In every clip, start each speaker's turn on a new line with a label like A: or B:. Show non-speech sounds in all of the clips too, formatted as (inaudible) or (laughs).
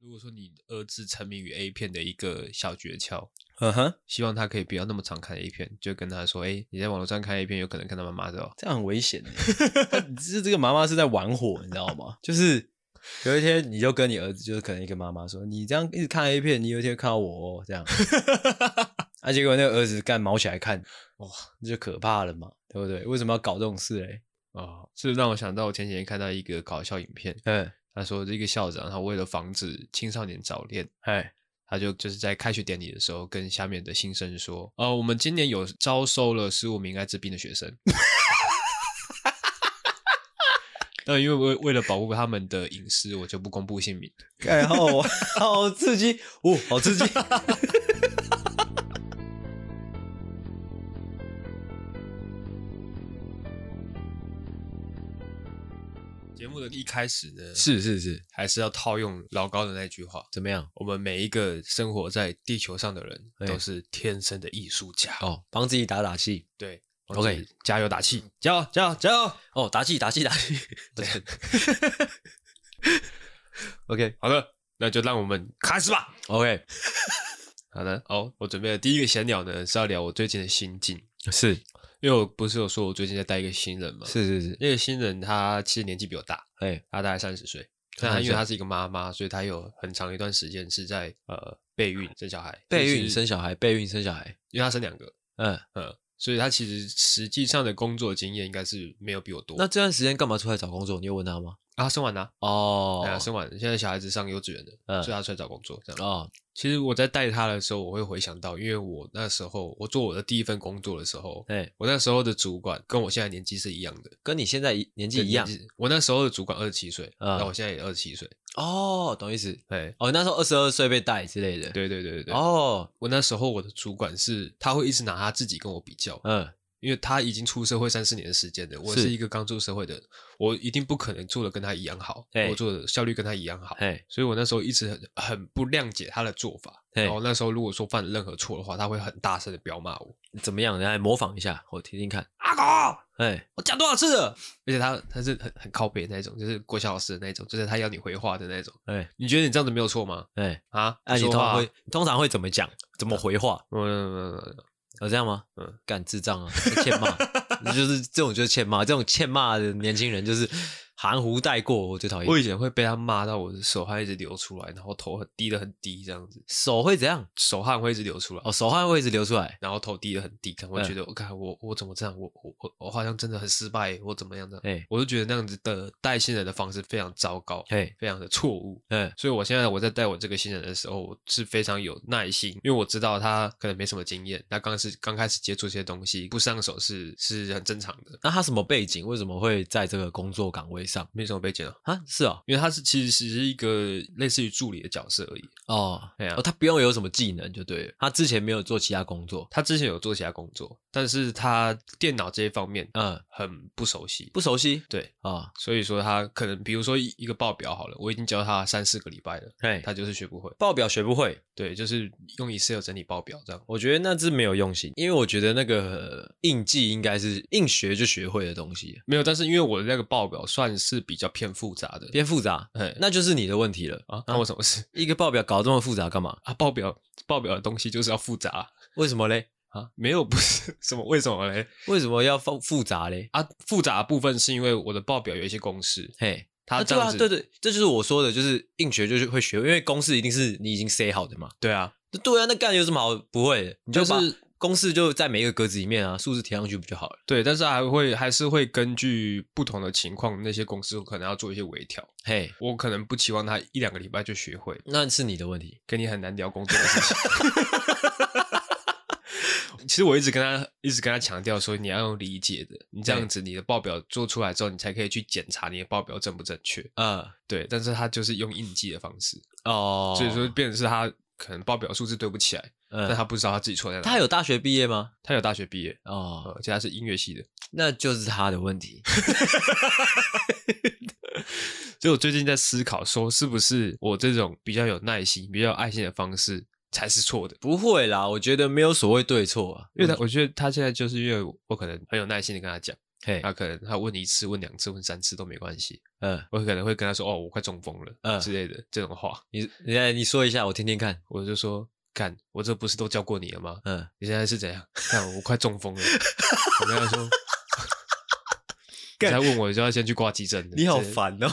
A: 如果说你儿子沉迷于 A 片的一个小诀窍，
B: 嗯哼，
A: 希望他可以不要那么常看 A 片，就跟他说：“哎、你在网络上看 A 片，有可能看到妈妈的哦。
B: 这样很危险欸。他是这个妈妈是在玩火，你知道吗？就是有一天你就跟你儿子，就是可能一个妈妈说，你这样一直看 A 片，你有一天会看到我哦，这样。啊，结果那个儿子干毛起来看，
A: 哇，
B: 那就可怕了嘛，对不对？为什么要搞这种事嘞？”
A: 哦，这让我想到我前几天看到一个搞笑影片，
B: 嗯，
A: 他说这个校长他为了防止青少年早恋，
B: 哎，
A: 他就就是在开学典礼的时候跟下面的新生说：“呃，我们今年有招收了十五名艾滋病的学生。”那因为为为了保护他们的隐私，我就不公布姓名。
B: 哎，好玩，好刺激，哦，好刺激。
A: 节目的一开始呢，
B: 是是是，
A: 还是要套用老高的那句话：
B: 怎么样？
A: 我们每一个生活在地球上的人
B: 哎
A: 都是天生的艺术家。
B: 哦，帮自己打打气，
A: 对
B: OK
A: 王子加油打气！
B: 加油加油加油！哦，打气打气打气。OK
A: (laughs) 好的，那就让我们开始吧。
B: OK，
A: (laughs) 好的，哦，我准备的第一个闲聊呢是要聊我最近的心境，
B: 是
A: 因为我不是有说我最近在带一个新人嘛，
B: 是是是，
A: 那个新人他其实年纪比我大，
B: 哎，
A: 他大概三十岁。但他因为她是一个妈妈，所以她有很长一段时间是在呃备孕生小孩，
B: 备
A: 就
B: 孕
A: 是
B: 生小孩，备孕生小孩，
A: 因为她生两个，
B: 嗯，
A: 嗯，所以她其实实际上的工作经验应该是没有比我多。
B: 那这段时间干嘛出来找工作？你有问他吗？
A: 啊，生完啦、
B: 哦
A: 对啊，生完，现在小孩子上幼稚园了，
B: 嗯
A: 所以他出来找工作这样。
B: 哦，
A: 其实我在带他的时候，我会回想到，因为我那时候我做我的第一份工作的时候，
B: 哎，
A: 我那时候的主管跟我现在年纪是一样的，
B: 跟你现在一年纪一样
A: 年纪。我那时候的主管二十七岁，
B: 嗯
A: 那、我现在也二十七岁。
B: 哦，懂意思。
A: 哎，
B: 哦，那时候二十二岁被带之类的。，
A: 对对对对对。
B: 哦，
A: 我那时候我的主管是，他会一直拿他自己跟我比较，
B: 嗯，
A: 因为他已经出社会三四年的时间了，我
B: 是
A: 是一个刚出社会的人，我一定不可能做的跟他一样好，
B: 哎
A: 我做的效率跟他一样好。
B: 嘿，
A: 所以我那时候一直很很不谅解他的做法。
B: 嘿
A: 然后那时候如果说犯了任何错的话，他会很大声的彪骂我。
B: 怎么样？来模仿一下，我听听看。
A: 阿狗，
B: 哎，
A: 我哦讲多少次了？而且他他是很很靠北的那种，就是郭小老师的那种，就是他要你回话的那种。
B: 哎，
A: 你觉得你这样子没有错吗？
B: 哎，
A: 啊，
B: 哎，你
A: 说
B: 通
A: 话
B: 常会通常会怎么讲？怎么回话？
A: 嗯嗯嗯嗯
B: 有这样吗？
A: 嗯
B: 嗯，干智障啊，欠骂，就是这种就是欠骂，这种欠骂的年轻人就是含糊带过，我最讨
A: 嗯，
B: 厌。
A: 我以前会被他骂到我的手汗一直流出来，然后头很低的很低这样子，
B: 手会怎样？
A: 手汗会一直流出来。嗯
B: 哦，手汗会一直流出来。
A: 然后头低的很低，可能会觉得，我、看我我怎么这样，我我我我好像真的很失败，我怎么 (laughs) 样的？
B: 哎
A: 我就觉得那样子的带新人的方式非常糟糕，
B: 嘿，
A: 非常的错误。
B: 嗯，
A: 所以我现在我在带我这个新人的时候，我是非常有耐心，因为我知道他可能没什么经验，他刚是刚开始接触这些东西，不上手是是很正常的，
B: 那他什么背景？为什么会在这个工作岗位上
A: 没什么背景啊。
B: 啊？是哦，
A: 因为他是其实只是一个类似于助理的角色而已，
B: 哦，
A: 哎呀
B: 哦，他不用有什么技能就对了，他之前没有做其他工作，
A: 他之前有做其他工作，但是他电脑这一方面
B: 嗯，
A: 很不熟悉，
B: 不熟悉
A: 对，
B: 啊，
A: 所以说他可能比如说一一个报表好了，我已经教他三四个礼拜了，
B: 嘿，
A: 他就是学不会，
B: 报表学不会，
A: 对，就是用 Excel 整理报表这样。
B: 我觉得那是没有用心，因为我觉得那个、呃硬技应该是硬学就学会的东西，
A: 没有，但是因为我的那个报表算是比较偏复杂的，
B: 偏嗯复杂，
A: 哎，
B: 那就是你的问题了。
A: 啊，关我什么事 (laughs)
B: 一个报表搞这么复杂干嘛？
A: 啊？报表报表的东西就是要复杂
B: 为什么嘞？
A: 啊，没有不是什么为什么嘞？
B: 为什么要复复杂嘞？
A: 啊，复杂的部分是因为我的报表有一些公式，
B: 嘿，
A: 它
B: 啊
A: 这
B: 对
A: 样
B: 啊，
A: 子，
B: 对对，这就是我说的，就是硬学就是会学，因为公式一定是你已经 say 好的嘛。
A: 对啊，
B: 对啊，那干有什么好不会的？你就把
A: 但是
B: 公式就在每一个格子里面啊，数字填上去不就好了？
A: 对，但是还会还是会根据不同的情况，那些公式可能要做一些微调。
B: 嘿，
A: 我可能不期望他一两个礼拜就学会，
B: 那是你的问题。
A: 跟你很难聊工作的事情。 (laughs) 其实我一直跟他一直跟他强调说，你要用理解的，你这样子你的报表做出来之后，你才可以去检查你的报表正不正确。
B: 呃，
A: 对，但是他就是用印记的方式，
B: 哦，
A: 所以说，变成是他可能报表数字对不起来，但
B: 嗯，
A: 他不知道他自己错在哪。
B: 他有大学毕业吗？
A: 他有大学毕业，呃
B: 哦，
A: 而且他是音乐系的，
B: 那就是他的问题。
A: 所以我最近在思考说，是不是我这种比较有耐心、比较有爱心的方式才是错的？
B: 不会啦，我觉得没有所谓对错啊，
A: 因为他我觉得他现在就是因为我可能很有耐心的跟他讲，
B: 嘿，
A: 他可能他问一次、问两次、问三次都没关系。
B: 嗯，
A: 我可能会跟他说：“哦，我快中风了”
B: 嗯
A: 之类的这种话，
B: 你你来你说一下，我听听看。
A: 我就说：“看，我这不是都教过你了吗？
B: 嗯，
A: 你现在是怎样？看我快中风了。”我跟他
B: (laughs)
A: 说：“你
B: 干
A: 再问我就要先去挂急诊。”
B: 你好。烦哦。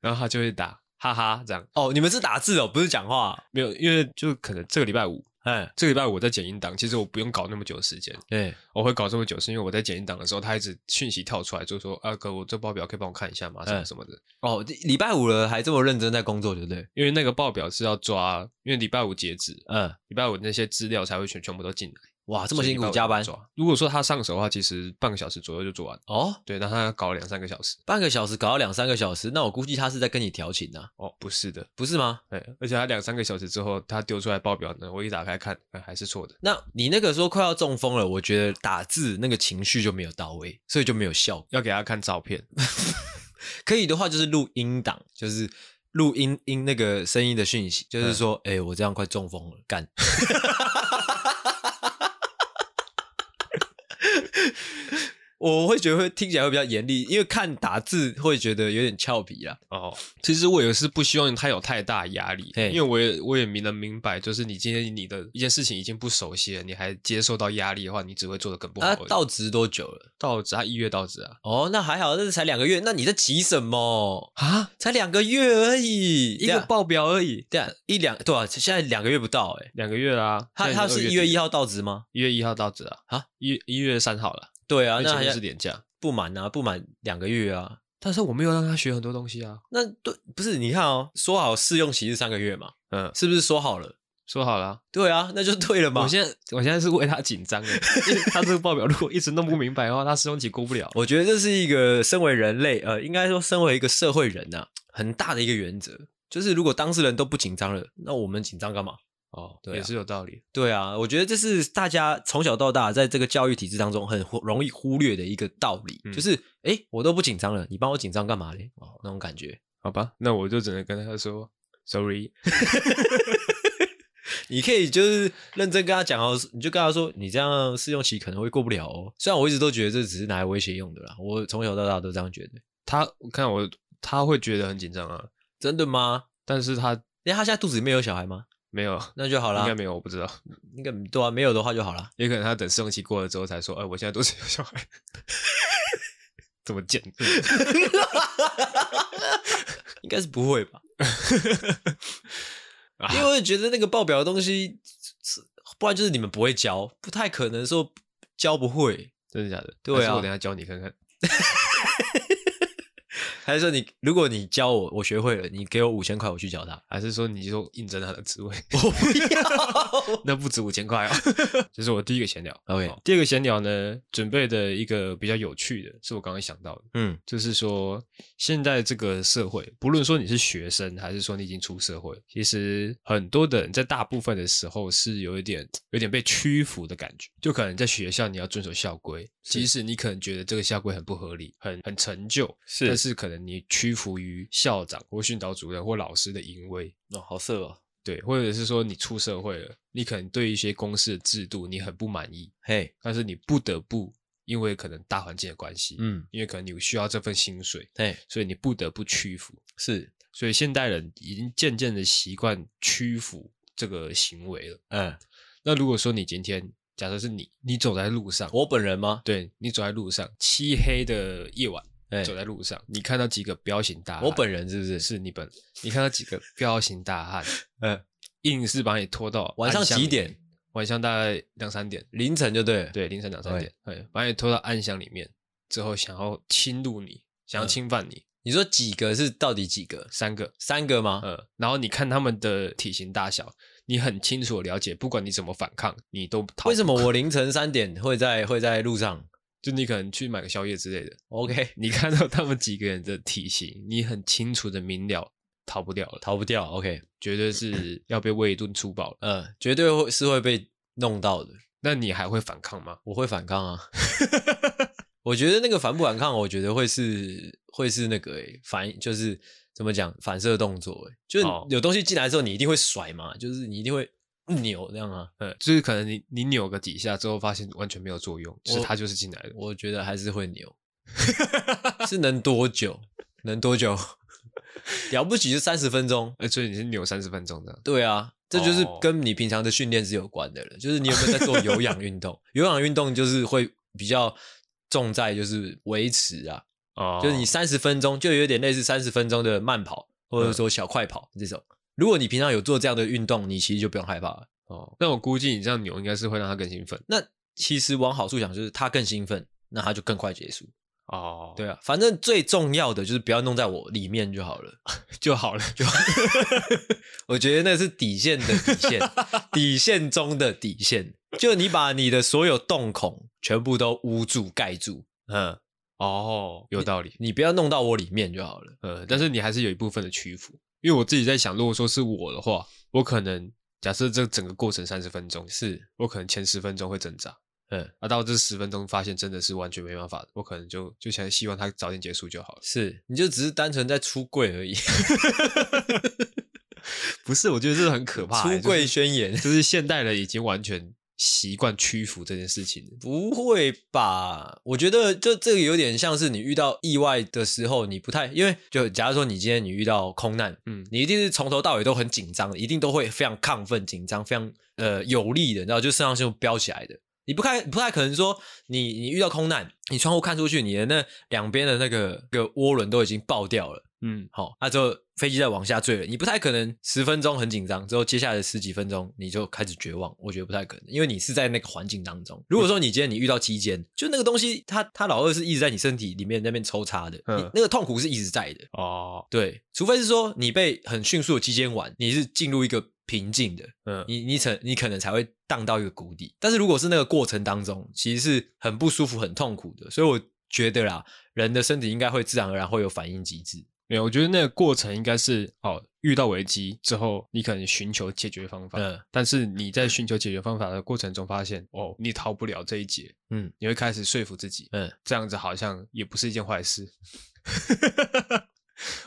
A: 然后他就会打哈哈这样，
B: 哦，你们是打字哦，不是讲话。
A: 没有，因为就可能这个礼拜五，
B: 哎，
A: 这个礼拜五我在剪音档，其实我不用搞那么久的时间。
B: 对，
A: 我会搞这么久，是因为我在剪音档的时候，他一直讯息跳出来，就说：“啊哥，我这报表可以帮我看一下吗？什么
B: 嗯
A: 什么的。
B: 哦，礼拜五了还这么认真在工作，对不对？
A: 因为那个报表是要抓，因为礼拜五截止，
B: 嗯，
A: 礼拜五那些资料才会全全部都进来。
B: 哇，这么
A: 所以
B: 辛
A: 礼拜
B: 苦
A: 五
B: 加班
A: 要抓。如果说他上手的话，其实半个小时左右就做完。
B: 哦，
A: 对，那他搞了两三个小时。
B: 半个小时搞到两三个小时，那我估计他是在跟你调情啊，
A: 哦，不是的，
B: 不是吗？
A: 哎，而且他两三个小时之后，他丢出来报表呢，我一打开看，哎还是错的。
B: 那你那个说快要中风了，我觉得打字那个情绪就没有到位，所以就没有效果。
A: 要给他看照片，
B: 可以的话就是录音档，就是录音音那个声音的讯息，就是说，哎、我这样快中风了， (laughs) 干。我会觉得会听起来会比较严厉，因为看打字会觉得有点俏皮啦。 (laughs)
A: 哦，其实我也是不希望他有太大压力，
B: 嘿
A: 因为我也我也明能明白，就是你今天你的一件事情已经不熟悉了，你还接受到压力的话，你只会做的更不好
B: 啊
A: 而已。，
B: 到职多久了？
A: 到职，他一月到职啊
B: 哦，那还好，那才两个月。那你在急什么？
A: 啊，
B: 才两个月而已，
A: 一个报表而已，
B: 对啊，一两对啊，现在两个月不到哎、
A: 两个月啦、
B: 他他是一月一
A: 号，
B: 号到职吗？
A: 一月一号到职啊，
B: 啊，
A: 一一月三号了，
B: 对啊，
A: 那
B: 那
A: 前
B: 还
A: 面是年假，
B: 不满啊，不满两个月啊。
A: 但是我没有让他学很多东西啊，
B: 那对，不是你看哦，说好试用期是三个月嘛，
A: 嗯，
B: 是不是说好了？
A: 说好了啊、
B: 对啊，那就对了嘛。
A: 我现在我现在是为他紧张的，因为他这个报表如果一直弄不明白的话，他试用期过不了。
B: 我觉得这是一个身为人类，呃，应该说身为一个社会人呐、啊很大的一个原则，就是如果当事人都不紧张了，那我们紧张干嘛？
A: 哦，
B: 对啊
A: 也是有道理。
B: 对啊，我觉得这是大家从小到大在这个教育体制当中很忽容易忽略的一个道理，
A: 嗯
B: 就是诶，我都不紧张了，你帮我紧张干嘛嘞？哦，那种感觉。
A: 好吧，那我就只能跟他说 sorry。
B: 你可以就是认真跟他讲哦，你就跟他说，你这样试用期可能会过不了哦。虽然我一直都觉得这只是拿来威胁用的啦，我从小到大都这样觉得。
A: 他看我，他会觉得很紧张啊，
B: 真的吗？
A: 但是他
B: 那他现在肚子里面有小孩吗？
A: 没有，
B: 那就好
A: 应
B: 啦
A: 该，没有，我不知道，
B: 应该对啊，没有的话就好 (laughs) 啦。
A: 也可能他等试用期过了之后才说，哎，我现在都是有小孩， (laughs) 这么贱。
B: 嗯应该是不会 (laughs) 吧？
A: 啊
B: 因为我觉得那个报表的东西，是不然就是你们不会教，不太可能说教不会。
A: 真的假的？
B: 对啊
A: 还是我等一下教你看看。
B: 还是说你，如果你教我，我学会了，你给我五千块，我去教他。
A: 还是说你就应征他的职位？
B: 我不要。
A: (laughs) 那不止五千块哦。这是我第一个闲聊。
B: (laughs)
A: 哦
B: OK
A: 好第二个闲聊呢，准备的一个比较有趣的，是我刚刚想到的，
B: 嗯
A: 就是说现在这个社会，不论说你是学生，还是说你已经出社会，其实很多的人在大部分的时候是有一点有点被屈服的感觉。就可能在学校你要遵守校规，
B: 是
A: 即使你可能觉得这个校规很不合理、很很陈旧，
B: 是
A: 但是可能你屈服于校长或训导主任或老师的淫威，
B: 哦，好色哦。
A: 对，或者是说你出社会了，你可能对一些公司的制度你很不满意，
B: 嘿，
A: 但是你不得不因为可能大环境的关系，
B: 嗯，
A: 因为可能你需要这份薪水，
B: 嘿，
A: 所以你不得不屈服。
B: 是，
A: 所以现代人已经渐渐的习惯屈服这个行为了。
B: 嗯，
A: 那如果说你今天假设是你，你走在路上，
B: 我本人吗？
A: 对你走在路上，漆黑的夜晚
B: 哎
A: 走在路上，你看到几个彪形大汉，
B: 我本人是不是？
A: 是你本，你看到几个彪形大汉，
B: 嗯，
A: 硬是把你拖到
B: 晚上
A: 暗巷里
B: 几点
A: 面？晚上大概两三点，
B: 凌晨就对了。，
A: 对，凌晨两三
B: 对
A: 点，对，把你拖到暗巷里面之后，想要侵入你，想要
B: 嗯
A: 侵犯你，
B: 你说几个是到底几个？
A: 三个，
B: 三个吗？
A: 呃，然后你看他们的体型大小，你很清楚地了解，不管你怎么反抗，你都逃
B: 为什
A: 么？
B: 么我凌晨三点会在会在路上
A: 就你可能去买个宵夜之类的，
B: ？OK，
A: 你看到他们几个人的体型，你很清楚的明了，逃不掉了，
B: (laughs) 逃不掉。OK，
A: 绝对
B: (laughs)
A: 是要被喂一顿粗暴了。
B: 呃，绝对会是会被弄到的。
A: 那你还会反抗吗？
B: 我会反抗 (laughs) 啊。我觉得那个反不反抗，我觉得会是会是那个、欸、反，就是怎么讲反射动作、欸，就是
A: 哦
B: 有东西进来之后，你一定会甩嘛，就是你一定会扭这样啊。
A: 呃，就是可能你你扭个几下之后，发现完全没有作用，就是
B: 我
A: 它就是进来的。
B: 我觉得还是会扭，是能多久？能多久？ (laughs) 了不起就三十分钟。
A: 呃，所以你是扭三十分钟的，
B: 对啊，这就是
A: 哦
B: 跟你平常的训练是有关的了。就是你有没有在做有氧运动？有氧运动就是会比较重在就是维持啊，
A: 哦
B: 就是你三十分钟就有点类似三十分钟的慢跑，或
A: 嗯
B: 者说小快跑这种。如果你平常有做这样的运动，你其实就不用害怕了。
A: 哦，那我估计你这样扭应该是会让它更兴奋
B: 那其实往好处想，就是他更兴奋，那他就更快结束。
A: 哦，
B: 对啊，反正最重要的就是不要弄在我里面就好了。
A: (laughs) 就好了，就
B: (laughs) 我觉得那是底线的底线，底线中的底线。就你把你的所有洞孔全部都捂住、盖住，嗯，
A: 哦，有道理。
B: 你不要弄到我里面就好了。
A: 呃，但是你还是有一部分的屈服，因为我自己在想，如果说是我的话，我可能假设这整个过程三十分钟，
B: 是，
A: 我可能前十分钟会挣扎，
B: 嗯，
A: 啊，到这十分钟发现真的是完全没办法，我可能就就想希望它早点结束就好了。 (laughs)
B: 是，你就只是单纯在出柜而已，
A: 不是，我觉得这很可
B: (laughs)
A: 怕、欸
B: 出柜宣
A: 就
B: 言
A: 是，就是现代人已经完全习惯屈服这件事情了。
B: 不会吧？我觉得这这个有点像是你遇到意外的时候，你不太因为就假如说你今天你遇到空难，
A: 嗯，
B: 你一定是从头到尾都很紧张的，一定都会非常亢奋、紧张、非常呃有力的，你知道，就肾上腺素飙起来的。你不太不太可能说你你遇到空难，你窗户看出去，你的那两边的那个那个涡轮都已经爆掉了，
A: 嗯，
B: 好、那之后飞机再往下坠了，你不太可能十分钟很紧张，之后接下来的十几分钟你就开始绝望，我觉得不太可能，因为你是在那个环境当中。如果说你今天你遇到肌腱，就那个东西，它它老二是一直在你身体里面那边抽插的，
A: 嗯
B: 你那个痛苦是一直在的。
A: 哦，
B: 对，除非是说你被很迅速的期间玩，你是进入一个瓶颈的，
A: 嗯，
B: 你你可你可能才会荡到一个谷底。但是如果是那个过程当中，其实是很不舒服、很痛苦的，所以我觉得啦，人的身体应该会自然而然会有反应机制。
A: 没有，我觉得那个过程应该是哦，遇到危机之后，你可能寻求解决方法，
B: 嗯
A: 但是你在寻求解决方法的过程中，发现哦，你逃不了这一劫，
B: 嗯
A: 你会开始说服自己，
B: 嗯，
A: 这样子好像也不是一件坏事。 (laughs)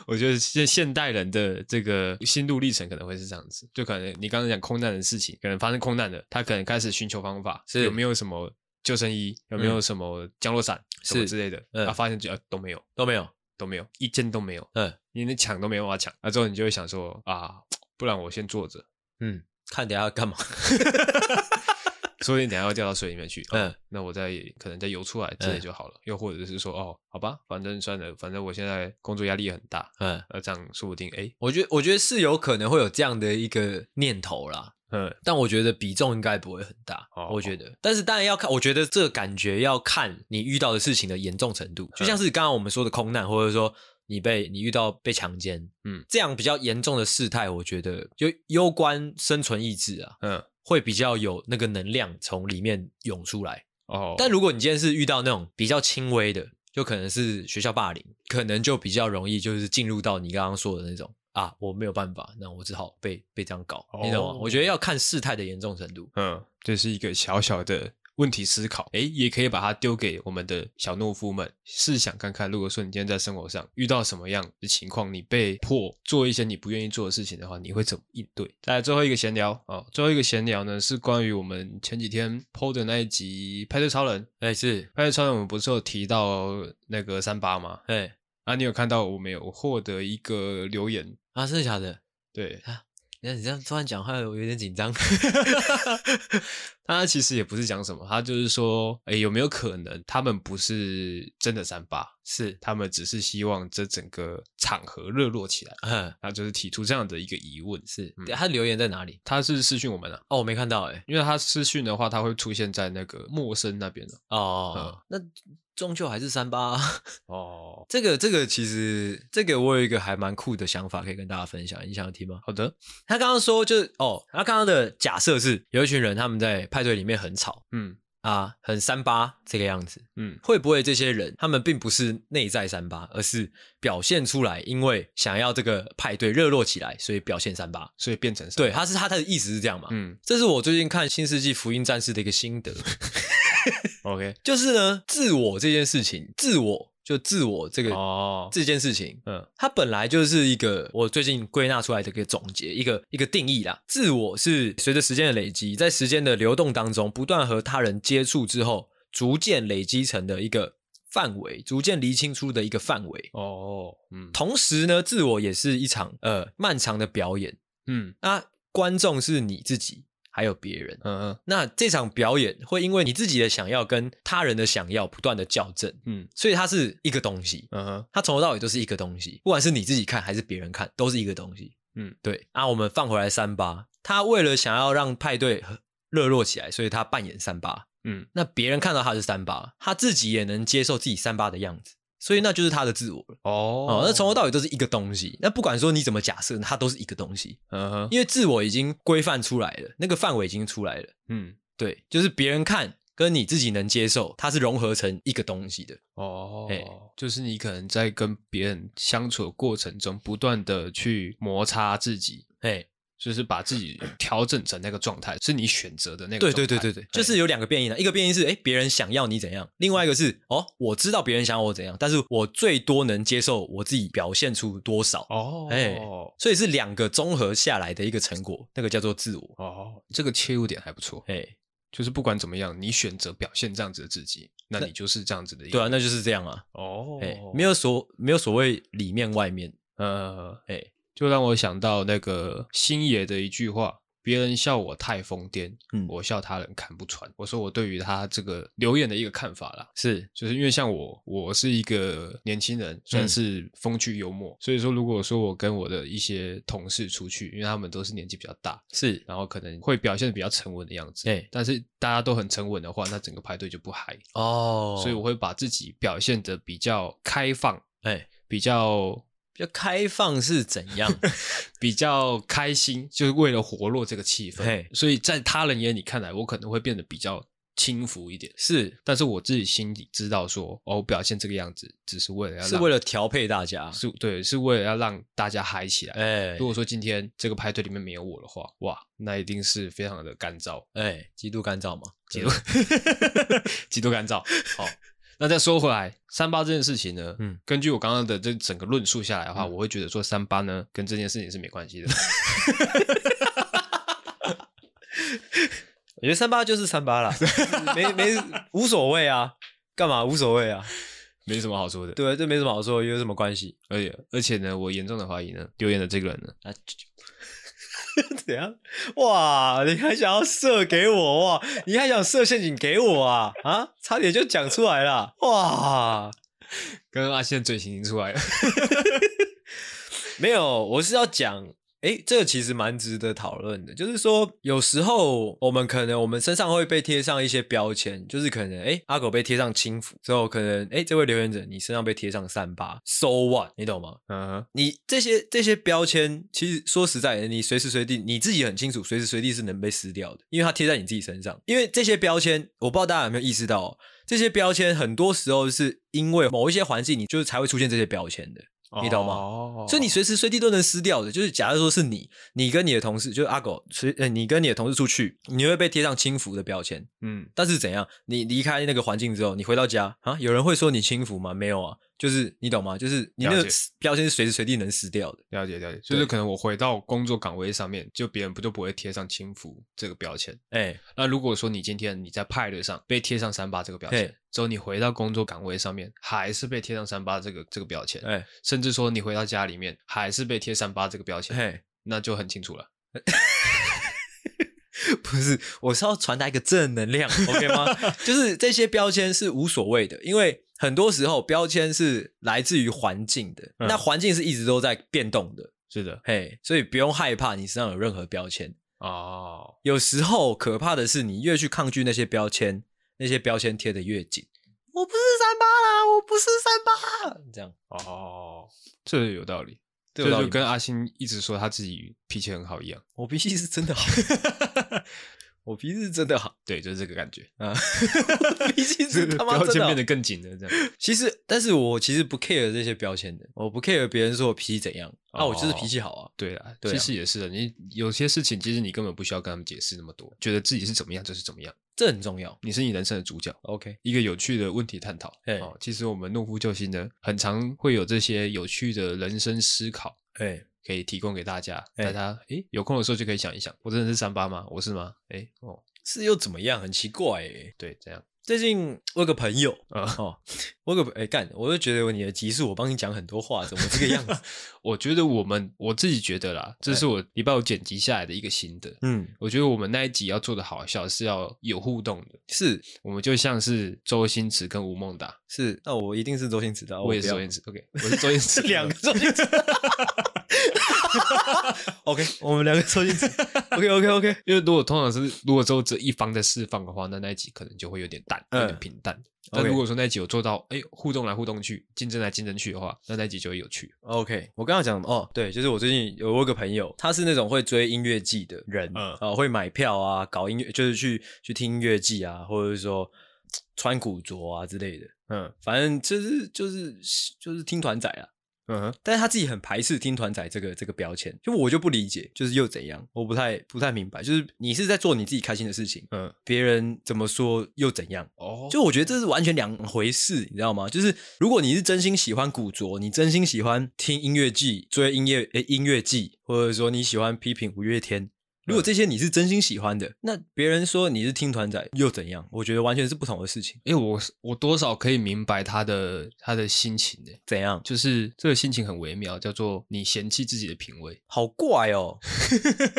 A: 我觉得现现代人的这个心路历程可能会是这样子，就可能你刚刚讲空难的事情，可能发生空难了，他可能开始寻求方法，
B: 是嗯
A: 有没有什么救生衣，有没有什么降落伞、什么
B: 是
A: 之类的，
B: 嗯
A: 啊，发现就、呃、都没有，
B: 都没有。
A: 都没有，一件都没有，
B: 嗯
A: 你连抢都没办法抢，那之后你就会想说啊，不然我先坐着，
B: 嗯，看等一下要干嘛？
A: 说不定等一下要掉到水里面去，
B: (laughs) 嗯
A: 那我再可能再游出来之类
B: 嗯
A: 就好了。又或者是说，哦，好吧，反正算了，反正我现在工作压力也很大，
B: 嗯，
A: 那这样说不定，哎，
B: 我觉得我觉得是有可能会有这样的一个念头啦，
A: 嗯，
B: 但我觉得比重应该不会很大，
A: 哦
B: 我觉得。但是当然要看，我觉得这个感觉要看你遇到的事情的严重程度，就像是刚刚我们说的空难，或者说你被你遇到被强奸，
A: 嗯，
B: 这样比较严重的事态，我觉得就攸关生存意志啊，
A: 嗯，
B: 会比较有那个能量从里面涌出来。
A: 哦，
B: 但如果你今天是遇到那种比较轻微的，就可能是学校霸凌，可能就比较容易就是进入到你刚刚说的那种啊，我没有办法，那我只好被被这样搞，你懂吗
A: 哦？
B: 我觉得要看事态的严重程度。
A: 嗯，这是一个小小的问题思考，哎，也可以把它丢给我们的小懦夫们，试想看看，如果说你今天在生活上遇到什么样的情况，你被迫做一些你不愿意做的事情的话，你会怎么应对？再来最后一个闲聊啊、哦最后一个闲聊呢是关于我们前几天 PO 的那一集《派对超人》。
B: 哎，是，
A: 派对超人，我们不是有提到那个三八吗？
B: 哎，
A: 啊，你有看到我们有获得一个留言？
B: 啊，真的假的？
A: 对，
B: 你看你这样突然讲话，我有点紧张。 (laughs)
A: 他其实也不是讲什么，他就是说，哎，有没有可能他们不是真的三八，
B: 是，
A: 他们只是希望这整个场合热络起来，
B: 嗯，
A: 他就是提出这样的一个疑问。
B: 是
A: 嗯。
B: 他留言在哪里？
A: 他是私讯我们啊，
B: 哦，我没看到，哎，
A: 因为他私讯的话，他会出现在那个陌生那边的、嗯
B: 哦，那终究还是三八 (laughs) 啊。
A: 哦，
B: 这个这个其实这个我有一个还蛮酷的想法可以跟大家分享，你想要听吗？
A: 好的，
B: 他刚刚说就是哦，他刚刚的假设是有一群人他们在派对里面很吵
A: 嗯
B: 啊，很三八这个样子，
A: 嗯
B: 会不会这些人他们并不是内在三八，而是表现出来，因为想要这个派对热络起来，所以表现三八？
A: 所以变成三
B: 对，
A: 八，
B: 他是他他的意思是这样嘛？
A: 嗯
B: 这是我最近看《新世纪福音战士》的一个心得，
A: ，OK，
B: 就是呢，自我这件事情，自我。就自我这个、
A: 哦，
B: 这件事情，
A: 嗯
B: 它本来就是一个我最近归纳出来的一个总结，一个一个定义啦。自我是随着时间的累积，在时间的流动当中，不断和他人接触之后，逐渐累积成的一个范围，逐渐厘清出的一个范围。
A: 哦，嗯
B: 同时呢，自我也是一场呃漫长的表演，
A: 嗯
B: 那观众是你自己，还有别人。
A: 嗯嗯
B: 那这场表演会因为你自己的想要跟他人的想要不断的校正，
A: 嗯
B: 所以它是一个东西，
A: 嗯哼
B: 它从头到尾都是一个东西，不管是你自己看还是别人看，都是一个东西。
A: 嗯，
B: 对。啊，我们放回来三八，他为了想要让派对热络起来，所以他扮演三八。
A: 嗯，
B: 那别人看到他是三八，他自己也能接受自己三八的样子，所以那就是他的自我了。
A: 哦
B: 哦，那从头到尾都是一个东西。那不管说你怎么假设，它都是一个东西，
A: 嗯哼
B: 因为自我已经规范出来了，那个范围已经出来了。
A: 嗯
B: 对，就是别人看跟你自己能接受，它是融合成一个东西的。
A: 哦
B: 哎，
A: 就是你可能在跟别人相处的过程中，不断的去摩擦自己，
B: 哎，
A: 就是把自 (coughs) 己调整成那个状态，是你选择的那个
B: 对
A: 状态。
B: 对对对对
A: 哎，
B: 就是有两个变因啊，一个变因是哎别人想要你怎样，另外一个是哦我知道别人想要我怎样，但是我最多能接受我自己表现出多少，
A: 哦，
B: 哎
A: 哦
B: 所以是两个综合下来的一个成果，那个叫做自我。
A: 哦，这个切入点还不错。
B: 哎，
A: 就是不管怎么样，你选择表现这样子的自己，那
B: 那
A: 你就是这样子的一个。
B: 对啊，那就是这样啊。
A: 哦，
B: 哎，没有所没有所谓里面外面，
A: 呃，
B: 哎，
A: 就让我想到那个星爷的一句话：“别人笑我太疯癫，
B: 嗯
A: 我笑他人看不穿。”我说我对于他这个留言的一个看法啦，
B: 是
A: 就是因为像我，我是一个年轻人，算
B: 嗯
A: 是风趣幽默，所以说如果说我跟我的一些同事出去，因为他们都是年纪比较大，
B: 是，
A: 然后可能会表现的比较沉稳的样子，
B: 哎
A: 但是大家都很沉稳的话，那整个派对就不嗨，
B: 哦，
A: 所以我会把自己表现的比较开放，
B: 哎
A: 比较
B: 比较开放是怎
A: (laughs)
B: 样？
A: 比较开心，就是为了活络这个气氛
B: 嘿。
A: 所以在他人眼里看来，我可能会变得比较轻浮一点，
B: 是
A: 但是我自己心里知道说，哦，我表现这个样子只是为了要让
B: 是为了调配大家，
A: 是对，是为了要让大家嗨起来。
B: 哎
A: 如果说今天这个派对里面没有我的话，哇，那一定是非常的干燥，
B: 哎，极度干燥嘛，
A: 极度 (laughs) 极度干燥。好，那再说回来，三八这件事情呢，嗯
B: 嗯，
A: 根据我刚刚的这整个论述下来的话，
B: 嗯
A: 我会觉得说三八呢跟这件事情是没关
B: (laughs)
A: 系的。
B: 我觉得三八就是三八啦，没没无所谓啊，干嘛无所谓啊？
A: 没什么好说的。
B: 对，这没什么好说，有什么关系？ (laughs)
A: 而且而且呢，我严重的怀疑呢，留言的这个人呢，
B: 啊，怎样？哇，你还想要射给我哇？你还想设陷阱给我啊？啊，差点就讲出来了，哇！
A: 刚刚阿宪嘴型已经出来了。
B: 没有，我是要讲。诶，这个其实蛮值得讨论的，就是说，有时候我们可能我们身上会被贴上一些标签，就是可能诶，阿狗被贴上轻浮之后，可能诶，这位留言者你身上被贴上三八，so what，你懂吗？
A: 嗯
B: 你这些这些标签，其实说实在的，你随时随地你自己很清楚，随时随地是能被撕掉的，因为它贴在你自己身上。因为这些标签，我不知道大家有没有意识到、哦，这些标签很多时候是因为某一些环境，你就是才会出现这些标签的，
A: 哼，
B: 你懂吗
A: 哦
B: 所以你随时随地都能撕掉的。就是假如说是你，你跟你的同事，就是阿狗，随呃你跟你的同事出去，你会被贴上轻浮的标签。
A: 嗯
B: 但是怎样？你离开那个环境之后，你回到家啊，有人会说你轻浮吗？没有啊，就是你懂吗？就是你那
A: 了
B: 个
A: 解
B: 标签是随时随地能撕掉的。
A: 了解了解，就是可能我回到工作岗位上面，就别人不就不会贴上轻浮这个标签。
B: 哎、
A: 那如果说你今天你在派对上被贴上三八这个标签
B: 嘿，
A: 之后你回到工作岗位上面还是被贴上三八这个这个标签，
B: 哎、
A: 甚至说你回到家里面还是被贴三八这个标签，
B: 嘿，
A: 那就很清楚了。
B: (laughs) 不是，我是要传达一个正能量，OK 吗？ (laughs) 就是这些标签是无所谓的，因为很多时候标签是来自于环境的，
A: 嗯
B: 那环境是一直都在变动的，
A: 是的，
B: 嘿，所以不用害怕你身上有任何标签。
A: 哦，
B: 有时候可怕的是，你越去抗拒那些标签，那些标签贴的越紧。我不是三八啦，我不是三八，这样
A: 哦，这有道理，
B: 这
A: 这
B: 有道理
A: 就
B: 吗
A: 跟阿星一直说他自己脾气很好一样。
B: 我脾气是真的好，我脾气是真的好
A: 对，就是这个感觉，
B: 啊，我脾气 (laughs) 是他妈
A: 标
B: 真
A: 签
B: 的好啊
A: 变得更紧了，这
B: (laughs)
A: 样。
B: 其实，但是我其实不 care 这些标签的，我不 care 别人说我脾气怎样，啊，
A: 哦
B: 我就是脾气好啊。
A: 对啦，
B: 对啊
A: 其实也是的，你有些事情其实你根本不需要跟他们解释那么多，觉得自己是怎么样就是怎么样。
B: 这很重要。
A: 你是你人生的主角。
B: OK，
A: 一个有趣的问题探讨。
B: 哎
A: 哦，其实我们懦夫救星呢，很常会有这些有趣的人生思考
B: 哎、
A: 可以提供给大家，
B: 哎
A: 大家诶有空的时候就可以想一想，我真的是三八吗？我是吗？诶哦，
B: 是又怎么样？很奇怪哎、
A: 对，这样
B: 最近我有个朋友
A: 啊、
B: 哦，我有个哎干、我就觉得你的集数我帮你讲很多话，怎么这个
A: (laughs)
B: 样子？
A: 我觉得我们我自己觉得啦，
B: 哎
A: 这是我礼拜五剪辑下来的一个心得。
B: 嗯，
A: 我觉得我们那一集要做的好笑是要有互动的，
B: 是
A: 我们就像是周星驰跟吴孟达，
B: 是，那我一定是周星驰的啊，
A: 我也是
B: 不要
A: 周星驰，OK，我是周星
B: (laughs)
A: 驰，
B: 是两个周星驰。OK，我们两个周星驰。OK OK OK，
A: 因为如果通常是如果只有这一方在释放的话，那那一集可能就会有点淡，
B: 嗯
A: 有点平淡。 (laughs) 但
B: OK
A: 如果说那一集有做到，哎，互动来互动去，竞争来竞争去的话，那那一集就会有趣。
B: OK，我刚刚讲什么哦，对，就是我最近有我有个朋友，他是那种会追音乐季的人，
A: 嗯
B: 嗯，啊，会买票啊，搞音乐，就是去去听音乐季啊，或者是说嘖穿古着啊之类的，
A: 嗯
B: 反正就是就是就是听团仔啊。
A: 嗯哼，
B: 但是他自己很排斥听团仔这个这个标签，就我就不理解，就是又怎样？我不太不太明白，就是你是在做你自己开心的事情，
A: 嗯，
B: 别人怎么说又怎样？
A: 哦，
B: 就我觉得这是完全两回事，你知道吗？就是如果你是真心喜欢古着，你真心喜欢听音乐剧、追音乐、诶音乐剧，或者说你喜欢批评五月天，
A: 嗯
B: 如果这些你是真心喜欢的，那别人说你是听团仔又怎样？我觉得完全是不同的事情。
A: 因为我我多少可以明白他的他的心情呢，
B: 怎样？
A: 就是这个心情很微妙，叫做你嫌弃自己的品味。
B: 好怪哦！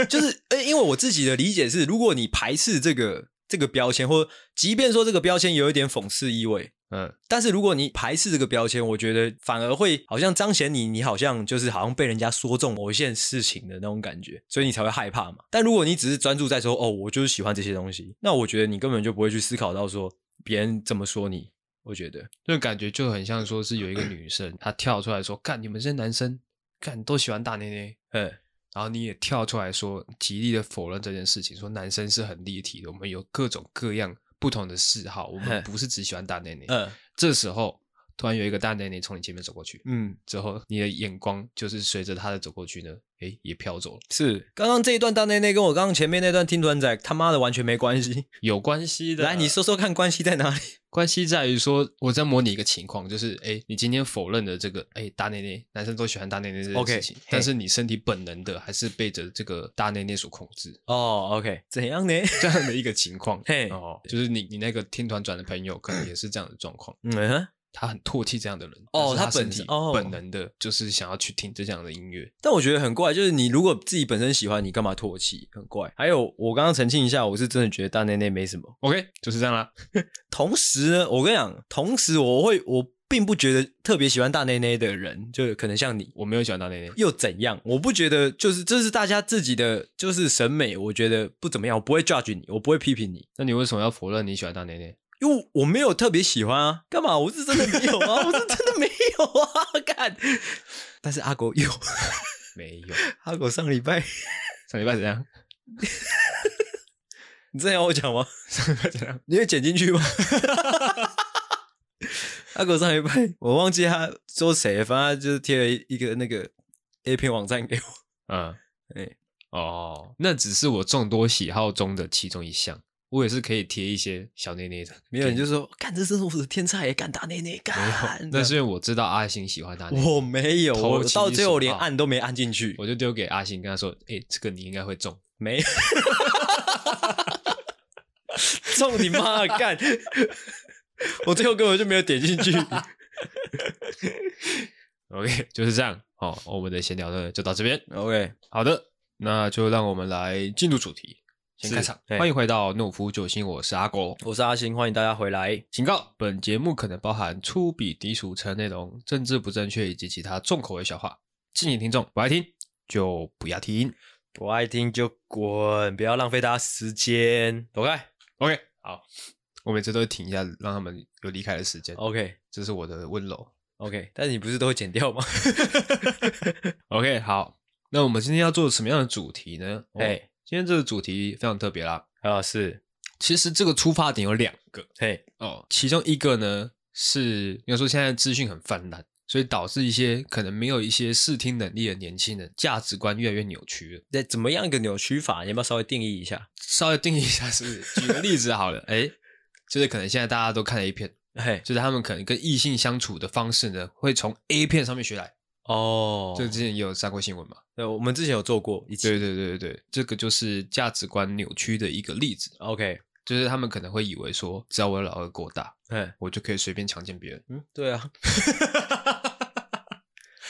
B: 就是诶，因为我自己的理解是，如果你排斥这个这个标签，或即便说这个标签有一点讽刺意味，
A: 嗯，
B: 但是如果你排斥这个标签，我觉得反而会好像彰显你，你好像就是好像被人家说中某一件事情的那种感觉，所以你才会害怕嘛。但如果你只是专注在说哦，我就是喜欢这些东西，那我觉得你根本就不会去思考到说别人怎么说你。我觉得
A: 这种感觉就很像说是有一个女生，她跳出来说：“干，你们这些男生，干都喜欢大内内。”
B: 嗯，
A: 然后你也跳出来说，极力的否认这件事情，说男生是很立体的，我们有各种各样不同的嗜好，我们
B: 嘿
A: 不是只喜欢大内内。
B: 嗯
A: 这时候突然有一个大内内从你前面走过去，
B: 嗯，
A: 之后你的眼光就是随着他的走过去呢，诶，也飘走了。
B: 是刚刚这一段大内内跟我刚刚前面那段听团仔他妈的完全没关系。
A: 有关系的，
B: 来，你说说看关系在哪里？
A: 关系在于说，我在模拟一个情况，就是诶，你今天否认了这个诶大内内，男生都喜欢大内内这件
B: OK，
A: 事情
B: 嘿
A: 但是你身体本能的还是被着这个大内内所控制。
B: 哦，OK，怎哦样呢？。
A: 这样的一个情况
B: 嘿嗯
A: 哦，就是你你那个听团转的朋友，可能也是这样的状况。
B: 嗯哼，
A: 他很唾弃这样的人但是
B: 哦
A: 他
B: 他本
A: 身体
B: 身哦
A: 本能的就是想要去听这样的音乐。
B: 但我觉得很怪，就是你如果自己本身喜欢，你干嘛唾弃？很怪。还有，我刚刚澄清一下，我是真的觉得大内内没什么。
A: OK，就是这样啦。
B: 同时呢，我跟你讲，同时我会，我并不觉得特别喜欢大内内的人，就可能像你
A: 我没有喜欢到那内，
B: 又怎样？我不觉得，就是这是大家自己的就是审美，我觉得不怎么样，我不会 judge 你，我不会批评你。
A: 那你为什么要否认你喜欢到那内？
B: 因为我没有特别喜欢啊，干嘛？我是真的没有
A: (laughs)
B: 啊，我是真的没有啊，干。但是阿狗有， (laughs)
A: 没有，
B: 阿狗上礼拜，
A: 上礼拜怎样？
B: 你真的要我讲吗？
A: 上礼拜怎样？
B: 你会剪进去吗？
A: (laughs)
B: 阿狗上一拜，我忘记他说谁了，反正他就是贴了一个那个 A 片网站给我。
A: 嗯，
B: 哎
A: 哦，那只是我众多喜好中的其中一项。我也是可以贴一些小内内的，
B: (laughs) 没有，你就说干，这是我的天才，干打内内
A: 没
B: 干
A: 有。。那是因为我知道阿星喜欢他，
B: 我没有，
A: 投
B: 我
A: 其
B: 到最后
A: 所
B: 连
A: 好
B: 按都没按进去，
A: 我就丢给阿星，跟他说：“哎、这个你应该会中。”
B: 没。中你妈的
A: (laughs)
B: 干！我最后根本就没有点进去。
A: OK，就是 (laughs) 这样哦。我们的闲聊呢就到这边。
B: OK，
A: 好的，那就让我们来进入主题，先
B: 是哎
A: 开场。
B: 嘿
A: 欢迎回到懦夫救星，我是阿狗。
B: 我是阿星，欢迎大家回来。
A: 警告：本节目可能包含粗鄙、低俗、成人内容、政治不正确以及其他重口味笑话，敬请听众不爱听就不要听。
B: 不爱听就滚，不要浪费大家时间，走开。
A: OK，好，我每次都会停一下，让他们有离开的时间。
B: OK (laughs)
A: 这是我的温柔。
B: OK，但是你不是都会剪掉吗？
A: OK，好，那我们今天要做什么样的主题呢？哦
B: 嘿，
A: 今天这个主题非常特别啦。
B: (laughs) 啊是，
A: 其实这个出发点有两个，
B: 嘿，
A: 哦，其中一个呢是，应该说现在资讯很泛滥，所以导致一些可能没有一些视听能力的年轻人价值观越来越扭曲了。
B: 那怎么样一个扭曲法？你要不要稍微定义一下？
A: 稍微定义一下是，举个例子好了，哎，就是可能现在大家都看 A 片，
B: 嘿，
A: 就是他们可能跟异性相处的方式呢，会从 A 片上面学来。
B: 哦
A: 这之前也有上过新闻嘛？
B: 对，我们之前有做过
A: 对
B: 一期。
A: 对对对对，这个就是价值观扭曲的一个例子，
B: OK，
A: 就是他们可能会以为说，只要我老二够大，
B: 嘿，
A: 我就可以随便强奸别人。
B: 嗯，对啊，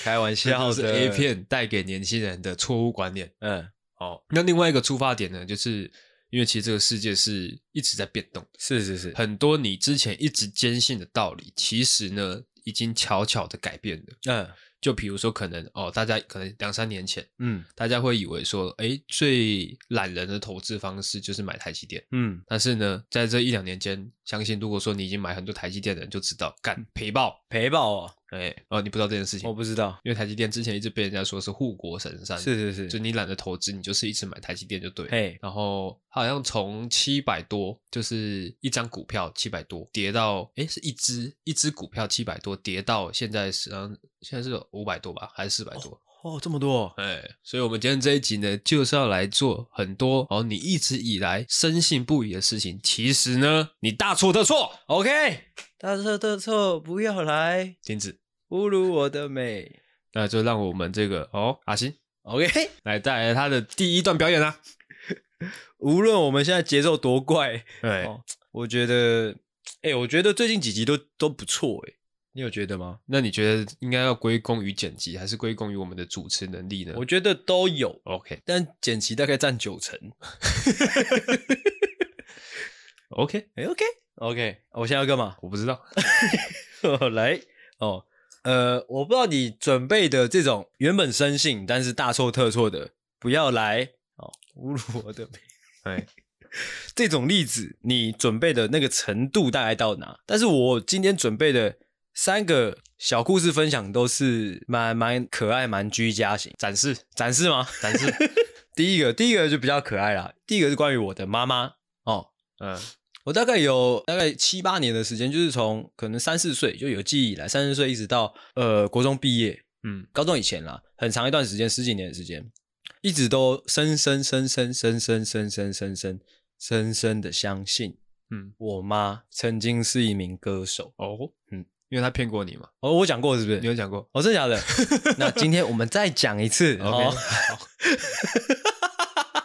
B: 开玩
A: 这
B: 笑
A: 就
B: 的
A: 是 A，片带给年轻人的错误观念。
B: 嗯，
A: 哦，那另外一个出发点呢，就是因为其实这个世界是一直在变动，
B: 是是是，
A: 很多你之前一直坚信的道理，其实呢已经悄悄的改变了。
B: 嗯
A: 就比如说，可能哦，大家可能两三年前，
B: 嗯
A: 大家会以为说，哎，最懒人的投资方式就是买台积电。
B: 嗯，
A: 但是呢，在这一两年间，相信如果说你已经买很多台积电的人就知道，
B: 嗯
A: 干赔爆，
B: 赔爆哦，
A: 哎，哦，你不知道这件事情
B: 我，不知道，
A: 因为台积电之前一直被人家说是护国神山，
B: 是是，
A: 就是你懒得投资，你就是一直买台积电就对了。
B: 嘿，
A: 然后它好像从七百多，就是一张股票七百多，跌到诶是一只一只股票七百多，跌到现在是嗯现在是五百多吧，还是四百多？
B: 哦，这么多，
A: 哎，所以我们今天这一集呢，就是要来做很多哦，你一直以来深信不疑的事情，其实呢，你大错特错。
B: OK，大错特错，不要来
A: 停止，
B: 侮辱我的美。
A: 那就让我们这个哦阿星
B: OK， (laughs)
A: 来带来他的第一段表演啦、
B: 无论我们现在节奏多怪，
A: 哎、
B: 哦我觉得，哎、我觉得最近几集都都不错，哎，你有觉得吗？
A: 那你觉得应该要归功于剪辑，还是归功于我们的主持能力呢？
B: 我觉得都有，
A: OK
B: 但剪辑大概占九成。 (laughs)
A: OK，
B: 哎、o k o k 我现在要干嘛？
A: 我不知道。
B: (laughs) 来哦，呃，我不知道你准备的这种原本深信但是大错特错的，不要来哦，侮辱我的美。
A: (laughs) 哎，
B: 这种例子，你准备的那个程度大概到哪？但是我今天准备的三个小故事分享都是蛮蛮可爱、蛮居家型
A: 展示
B: 展示吗？
A: 展示，
B: (laughs) 第一个，第一个就比较可爱啦。第一个是关于我的妈妈哦，
A: 嗯
B: 我大概有大概七八年的时间，就是从可能三四岁就有记忆以来，三四岁一直到呃国中毕业，
A: 嗯，
B: 高中以前啦，很长一段时间，十几年的时间，一直都深深深深深深深深深深深深的相信，
A: 嗯，
B: 我妈曾经是一名歌手。
A: 哦，
B: 嗯
A: 嗯，因为他骗过你嘛，
B: 哦，我讲过是不
A: 你
B: 是？
A: 有讲过。
B: 哦，真的假的？
A: (laughs)
B: 那今天我们再讲一次。哦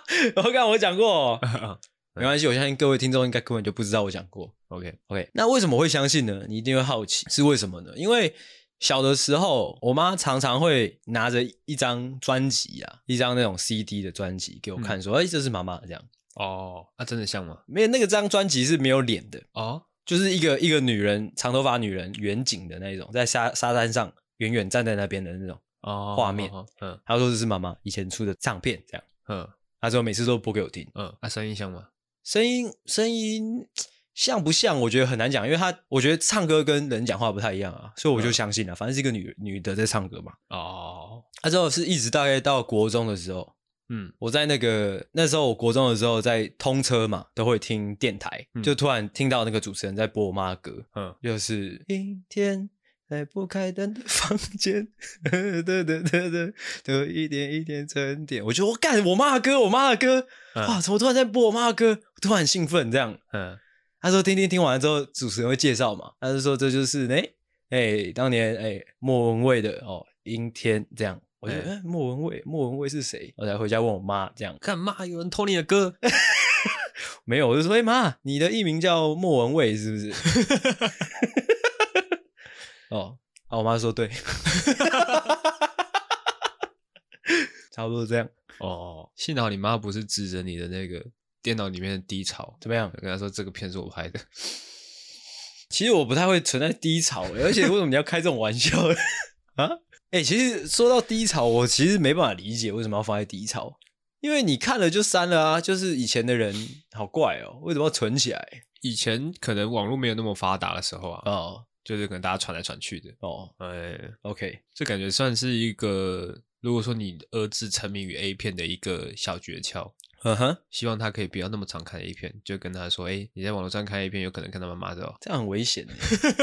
A: OK，
B: 我看我讲过哦，
A: 好
B: (laughs) 没关系，我相信各位听众应该根本就不知道我讲过。
A: OK，
B: OK，那为什么会相信呢？你一定会好奇是为什么呢？因为小的时候，我妈常常会拿着一张专辑啊，一张那种 CD 的专辑给我看，说：“哎、这是妈妈。”这样，
A: 哦，啊，真的像吗？
B: 没有那个张专辑是没有脸的，
A: 哦，
B: 就是一个一个女人，长头发女人，远景的那一种，在沙沙滩上远远站在那边的那种。
A: 哦，
B: 画面
A: 哦，嗯
B: 她说这是妈妈以前出的唱片，这样。
A: 嗯
B: 她说每次都播给我听，
A: 嗯，啊，声音像吗？
B: 声音声音像不像？我觉得很难讲，因为她我觉得唱歌跟人讲话不太一样啊，所以我就
A: 嗯
B: 相信了、反正是一个女女的在唱歌嘛。
A: 哦，
B: 啊，之后是一直大概到国中的时候，
A: 嗯
B: 我在那个那时候我国中的时候在通车嘛，都会听电台，
A: 嗯
B: 就突然听到那个主持人在播我妈的歌，
A: 嗯，
B: 就是阴天在不开灯的房间， (laughs) 得得得得，都一点一点沉淀。我就我干我妈的歌，我妈的歌，
A: 嗯
B: 哇，怎么突然在播我妈的歌？我突然很兴奋这样。
A: 嗯
B: 他说听听听完了之后，主持人会介绍嘛，他就说这就是哎哎、当年哎、莫文蔚的哦阴天这样，我就哎、
A: 哎
B: 莫文蔚莫文蔚是谁？我才回家问我妈这样，
A: 干嘛有人偷你的歌？ (laughs)
B: 没有我就说哎妈、你的艺名叫莫文蔚是不 (laughs) 是？哦，啊我妈说对， (laughs) 差不多这样，
A: 哦，幸好你妈不是指着你的那个电脑里面的低潮，
B: 怎么样
A: 我？跟她说这个片是我拍的。
B: 其实我不太会存在低潮、欸 (laughs) 而且为什么你要开这种玩笑 (laughs) 啊？哎、其实说到低潮，我其实没办法理解为什么要放在低潮，因为你看了就删了啊，就是以前的人好怪哦、为什么要存起来？
A: 以前可能网络没有那么发达的时候啊，
B: 哦
A: 就是可能大家传来传去的，
B: 哦
A: 哎，
B: ，OK，
A: 这感觉算是一个，如果说你儿子沉迷于 A 片的一个小诀窍，
B: 嗯哼，
A: 希望他可以不要那么常看 A 片，就跟他说：“哎、你在网络上看 A 片，有可能看到妈妈的哦。
B: 这样很危
A: (laughs)
B: 险欸。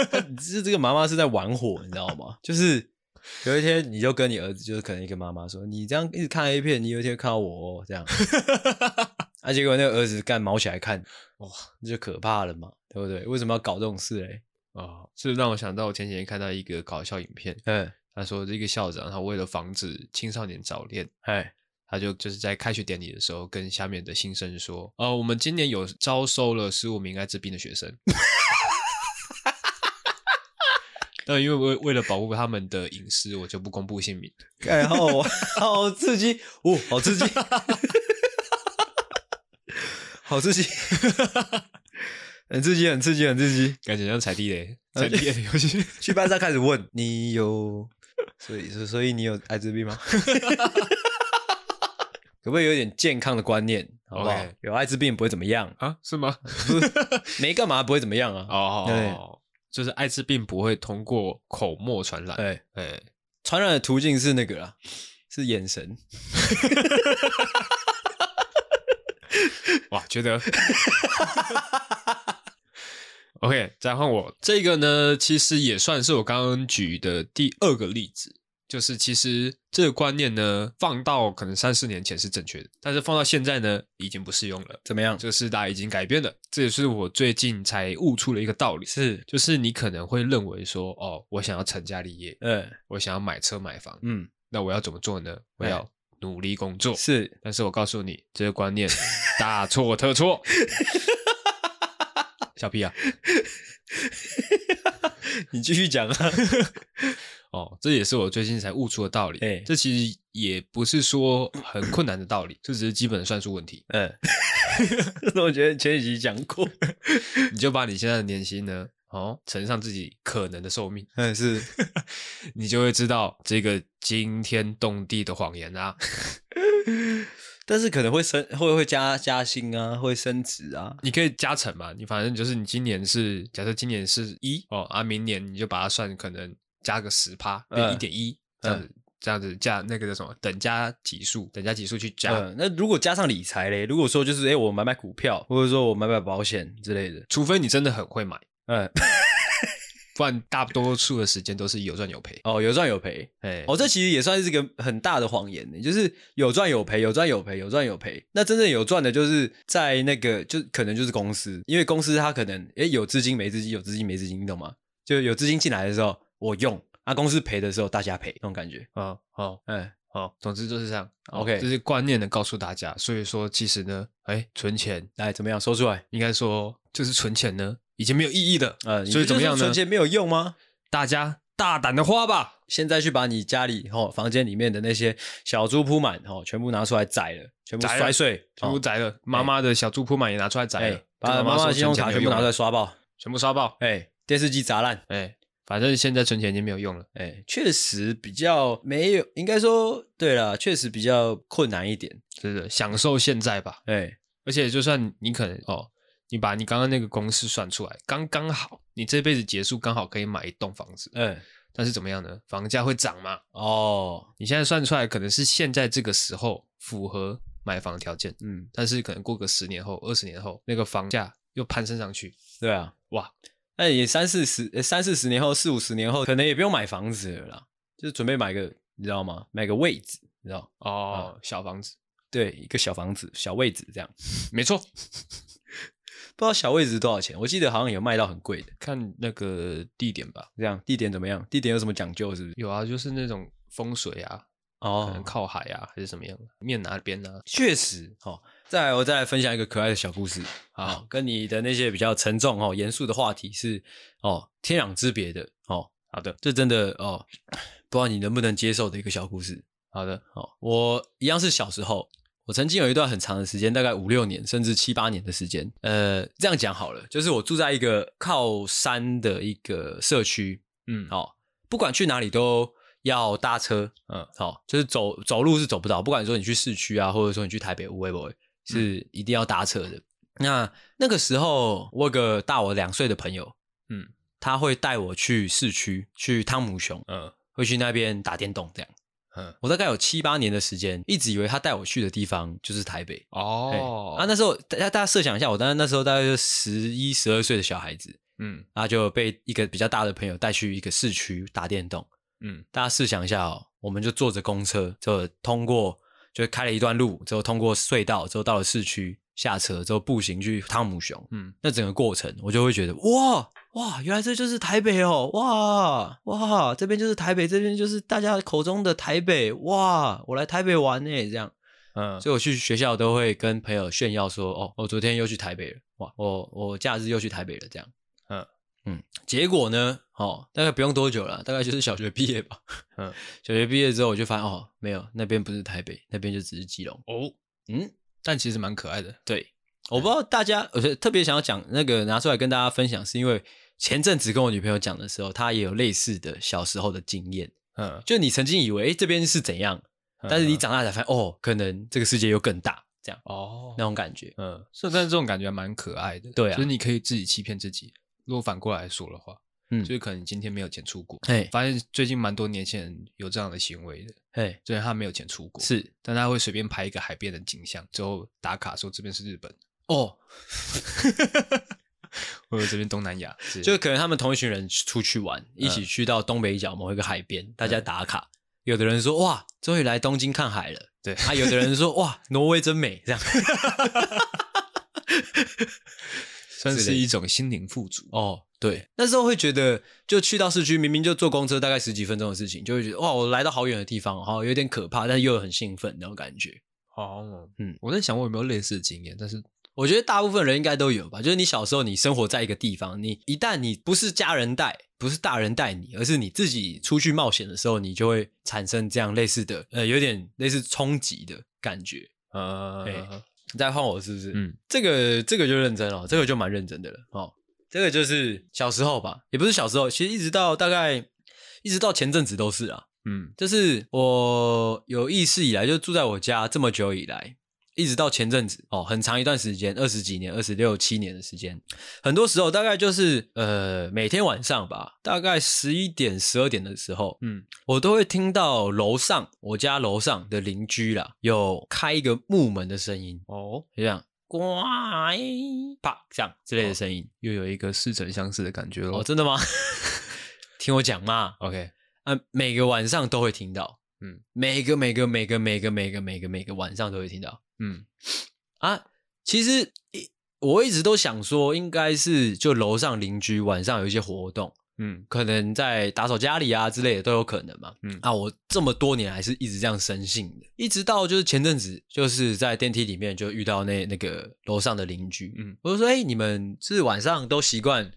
B: 他是这个妈妈是在玩火，你知道吗？就是有一天你就跟你儿子，就是可能一个妈妈说，你这样一直看 A 片，你有一天会看到我、哦、这
A: (laughs)
B: 样。啊，结果那个儿子干毛起来看，哇、那就可怕了嘛，对不对？为什么要搞这种事嘞？”
A: 哦，这让我想到我前几天看到一个搞笑影片，
B: 嗯，
A: 他说这个校长他为了防止青少年早恋，
B: 哎，
A: 他就就是在开学典礼的时候跟下面的新生说：“呃，我们今年有招收了十五名艾滋病的学生。” (laughs) 那因为为为了保护他们的隐私，我就不公布姓名。
B: 哎，好好刺激，哦，好
A: (laughs)
B: 刺激，好刺激，很刺激，很刺激，很刺激。
A: 感觉像踩地雷，踩地雷的游戏。
B: 去班上开始问你有，所以所以你有艾滋病吗？ (laughs) 可不可以有点健康的观念，好不好
A: OK
B: 有艾滋病不会怎么样，
A: 啊？是吗？
B: (laughs) 没干嘛不会怎么样啊。嗯对
A: 哦，就是艾滋病不会通过口沫传染。
B: 对，
A: 哎，
B: 传染的途径是那个啦，是眼神。
A: 哇，觉
B: (laughs)
A: 得。OK，再换我。这个呢，其实也算是我刚刚举的第二个例子，就是其实这个观念呢，放到可能三四年前是正确的，但是放到现在呢，已经不适用了。
B: 怎么样？
A: 这个世代已经改变了，这也是我最近才悟出了一个道理，
B: 是，
A: 就是你可能会认为说，哦，我想要成家立业，
B: 嗯
A: 我想要买车买房，
B: 嗯，
A: 那我要怎么做呢？我
B: 哎
A: 要努力工作。
B: 是
A: 但是我告诉你，这个观念大错特错。
B: (laughs)
A: 小屁啊！
B: (laughs) 你继续讲啊。
A: 哦，这也是我最近才悟出的道理。
B: 哎
A: 这其实也不是说很困难的道理，这只是基本的算术问题。
B: (laughs) 嗯，那我觉得前几集讲过。
A: 你就把你现在的年薪呢，哦，乘上自己可能的寿命，
B: 嗯，是，
A: 你就会知道这个惊天动地的谎言啊！
B: 但是可能会升，会会加加薪啊，会升职啊。
A: 你可以加成嘛，你反正就是你今年是假设今年是一哦啊，明年你就把它算可能加个十趴，
B: 嗯
A: 一点一这样子。这样子加那个叫什么等价级数，等价级数去加，
B: 嗯，那如果加上理财嘞，如果说就是哎、诶我买买股票，或者说我买买保险之类的，
A: 除非你真的很会买，
B: 嗯，
A: 不然大多数的时间都是有赚有赔。
B: 哦，有赚有赔，
A: 哎、
B: 哦，这其实也算是一个很大的谎言呢，欸就是有赚有赔，有赚有赔，有赚有赔。那真正有赚的，就是在那个，就可能就是公司，因为公司它可能诶有资金没资金，有资金没资金，你懂吗？就有资金进来的时候我用，啊，公司赔的时候大家赔，那种感觉。
A: 啊，好
B: 嗯，
A: 好，总之就是这样。哦
B: OK
A: 这是观念的告诉大家。所以说，其实呢，哎、存钱
B: 来怎么样说出来？
A: 应该说就是存钱呢，已经没有意义的。
B: 呃，你
A: 所以
B: 不
A: 怎么
B: 就是
A: 样呢？
B: 存钱没有用吗？
A: 大家大胆的花吧。
B: 现在去把你家里哦房间里面的那些小猪铺满哦，全部拿出来宰了，全部
A: 宰了
B: 摔碎，
A: 全部
B: 哦
A: 宰了，妈妈的小猪铺满也拿出来宰了
B: 哎，，把
A: 跟
B: 妈妈
A: 说
B: 的信用
A: 存
B: 卡
A: 钱
B: 全
A: 没有用
B: 部拿出
A: 了
B: 来刷爆，
A: 全部刷爆，
B: 哎，电视机砸烂，
A: 哎，反正现在存钱已经没有用了，
B: 哎，确实比较没有，应该说对啦，确实比较困难一点，
A: 真的享受现在吧。
B: 哎，
A: 而且就算你可能哦，你把你刚刚那个公式算出来，刚刚好，你这辈子结束刚好可以买一栋房子，
B: 嗯，
A: 但是怎么样呢？房价会涨嘛？
B: 哦，
A: 你现在算出来可能是现在这个时候符合买房条件，
B: 嗯，
A: 但是可能过个十年后、二十年后，那个房价又攀升上去，
B: 对啊，
A: 哇，
B: 那也三四十，呃三四十年后，四五十年后，可能也不用买房子了啦，就是准备买个，你知道吗？买个位置，你知道。
A: 哦，小房子，
B: 对，一个小房子、小位置这样，
A: 没错。
B: 不知道小位置多少钱，我记得好像有卖到很贵的。
A: 看那个地点吧。
B: 这样地点怎么样？地点有什么讲究？是不是？
A: 有啊，就是那种风水啊，可能
B: 哦，
A: 靠海啊，还是什么样的，面哪边啊？
B: 确实。哦，再来，我再来分享一个可爱的小故事。好，跟你的那些比较沉重哦、严肃的话题是哦天壤之别的哦。
A: 好的，
B: 这真的哦，不知道你能不能接受的一个小故事。
A: 好的，
B: 哦，我一样是小时候，我曾经有一段很长的时间，大概五六年甚至七八年的时间。呃，这样讲好了，就是我住在一个靠山的一个社区，
A: 嗯，好，
B: 好、不管去哪里都要搭车，
A: 嗯
B: 嗯，好、就是走走路是走不到，不管说你去市区啊，或者说你去台北乌龟
A: 嗯
B: 博，是一定要搭车的。那那个时候，我有个大我两岁的朋友，
A: 嗯
B: 嗯，他会带我去市区，去汤姆熊，
A: 嗯
B: 会去那边打电动这样。
A: 嗯，
B: 我大概有七八年的时间，一直以为他带我去的地方就是台北。
A: 哦
B: 嘿，啊，那时候大家大家设想一下，我当时那时候大概就十一、十二岁的小孩子，
A: 嗯
B: 然后就被一个比较大的朋友带去一个市区打电动。
A: 嗯
B: 大家试想一下哦，我们就坐着公车，就通过，就开了一段路，之后通过隧道，之后到了市区，下车之后步行去汤姆熊。
A: 嗯，
B: 那整个过程，我就会觉得哇哇，原来这就是台北哦，哇哇，这边就是台北，这边就是大家口中的台北，哇，我来台北玩呢，欸这样。
A: 嗯
B: 所以我去学校都会跟朋友炫耀说，哦，我昨天又去台北了，哇，我我假日又去台北了，这样。
A: 嗯
B: 嗯，结果呢，哦，大概不用多久了，大概就是小学毕业吧。
A: 嗯，
B: (laughs) 小学毕业之后我就发现，哦，没有，那边不是台北，那边就只是基隆。
A: 哦，
B: 嗯，
A: 但其实蛮可爱的，
B: 对，我不知道大家，我特别想要讲那个拿出来跟大家分享，是因为前阵子跟我女朋友讲的时候，她也有类似的小时候的经验。
A: 嗯，
B: 就你曾经以为诶这边是怎样，但是你长大才发现，哦，可能这个世界又更大，这样
A: 哦
B: 那，种感觉。
A: 嗯，是，但是这种感觉还蛮可爱的，
B: 对啊
A: 就是你可以自己欺骗自己。如果反过来说的话，
B: 嗯
A: 就是可能你今天没有钱出国，
B: 哎
A: 发现最近蛮多年轻人有这样的行为的，
B: 哎，
A: 虽然他没有钱出国，，
B: 是
A: 但他会随便拍一个海边的景象，之后打卡说这边是日本，
B: 哦，
A: 或者这边东南
B: (laughs)
A: 亚之类的，
B: 就可能他们同一群人出去玩，一起去到东北角某一个海边，大家打卡。有的人说哇，终于来东京看海了，
A: 对
B: 啊，有的人说哇，挪威真美，这样。
A: 算
B: 之
A: 是
B: 类的
A: 一种心灵富足。
B: (laughs) 哦，对，那时候会觉得，就去到市区，明明就坐公车大概十几分钟的事情，就会觉得哇，我来到好远的地方，哦，有点可怕，但是又很兴奋那种感觉。
A: 哦，
B: 嗯
A: 嗯，我在想我有没有类似的经验，但是
B: 我觉得大部分人应该都有吧，就是你小时候你生活在一个地方，你一旦你不是家人带，不是大人带你，而是你自己出去冒险的时候，你就会产生这样类似的，呃，有点类似冲击的感觉。
A: 呃，
B: 哎再换我是不是？
A: 嗯，
B: 这个这个就认真了，这个就蛮认真的了哦。这个就是小时候吧，也不是小时候，其实一直到大概一直到前阵子都是啊。
A: 嗯
B: 就是我有意识以来就住在我家这么久以来，一直到前阵子哦，很长一段时间，二十几年、二十六七年的时间，很多时候大概就是呃每天晚上吧，大概十一点、十二点的时候，
A: 嗯，
B: 我都会听到楼上我家楼上的邻居啦有开一个木门的声音，
A: 哦，
B: 就这样呱啪这样之类的声音。
A: 又有一个似曾相识的感觉
B: 哦
A: 咯。
B: 真的吗？ (laughs) 听我讲嘛，
A: OK，
B: 啊，每个晚上都会听到，嗯
A: 嗯，
B: 每个每个每个每个每个每个每个晚上都会听到
A: 嗯
B: 啊。其实一我一直都想说，应该是就楼上邻居晚上有一些活动，
A: 嗯
B: 可能在打扫家里啊之类的都有可能嘛。
A: 嗯
B: 啊，我这么多年来是一直这样深信的，一直到就是前阵子，就是在电梯里面就遇到那那个楼上的邻居，
A: 嗯
B: 我就说：“哎、你们是晚上都习惯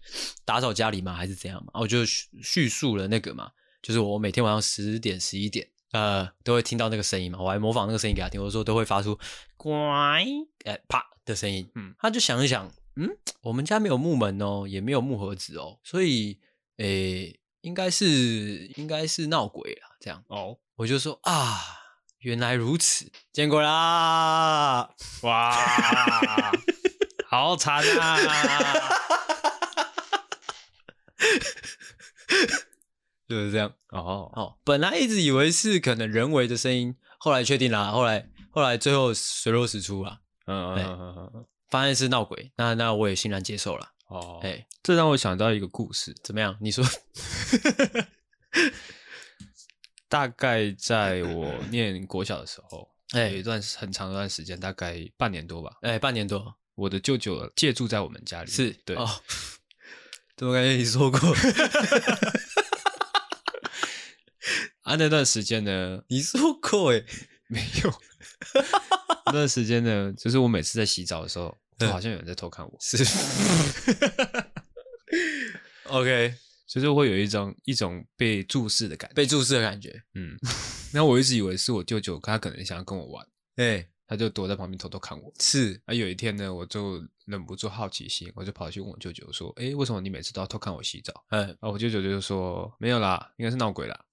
B: 打扫家里吗？还是怎样嘛？”啊我就叙叙述了那个嘛，就是我每天晚上十点、十一点，呃，都会听到那个声音嘛。我还模仿那个声音给他听，我说都会发出“乖”哎、啪的声音。
A: 嗯
B: 他就想一想，嗯，我们家没有木门哦，也没有木盒子哦，所以，诶、应该是应该是闹鬼啦，这样。
A: 哦，
B: 我就说啊，原来如此，见过啦。
A: (laughs) 哇，好惨 (laughs) 啊！
B: 就是这样。
A: 哦，
B: 哦，本来一直以为是可能人为的声音，后来确定啦，后来后来最后水落石出啦，
A: 嗯
B: 对
A: 嗯嗯嗯，
B: 发现是闹鬼，那那我也欣然接受了。
A: 哦，
B: 哎、
A: 这让我想到一个故事，
B: 怎么样？你说？
A: 大概在我念国小的时候，
B: 哎
A: 有一段很长一段时间，大概半年多吧，
B: 哎、半年多
A: 我的舅舅借住在我们家里，
B: 是
A: 对，
B: 哦， (laughs) 怎么感觉你说过？ (laughs)
A: 啊，那段时间呢，
B: 你说过哎、
A: 没有。那段时间呢，就是我每次在洗澡的时候，
B: 嗯
A: 都好像有人在偷看我， (laughs)
B: 是。OK，
A: 就是会有一种一种被注视的感觉。
B: 被注视的感觉。
A: 嗯，那我一直以为是我舅舅，他可能想要跟我玩，
B: 哎、
A: 他就躲在旁边偷偷看我。
B: 是
A: 啊，有一天呢，我就忍不住好奇心，我就跑去问我舅舅说：“诶，为什么你每次都要偷看我洗澡
B: 嗯？”，
A: 啊，我舅舅就说：“没有啦，应该是闹鬼啦。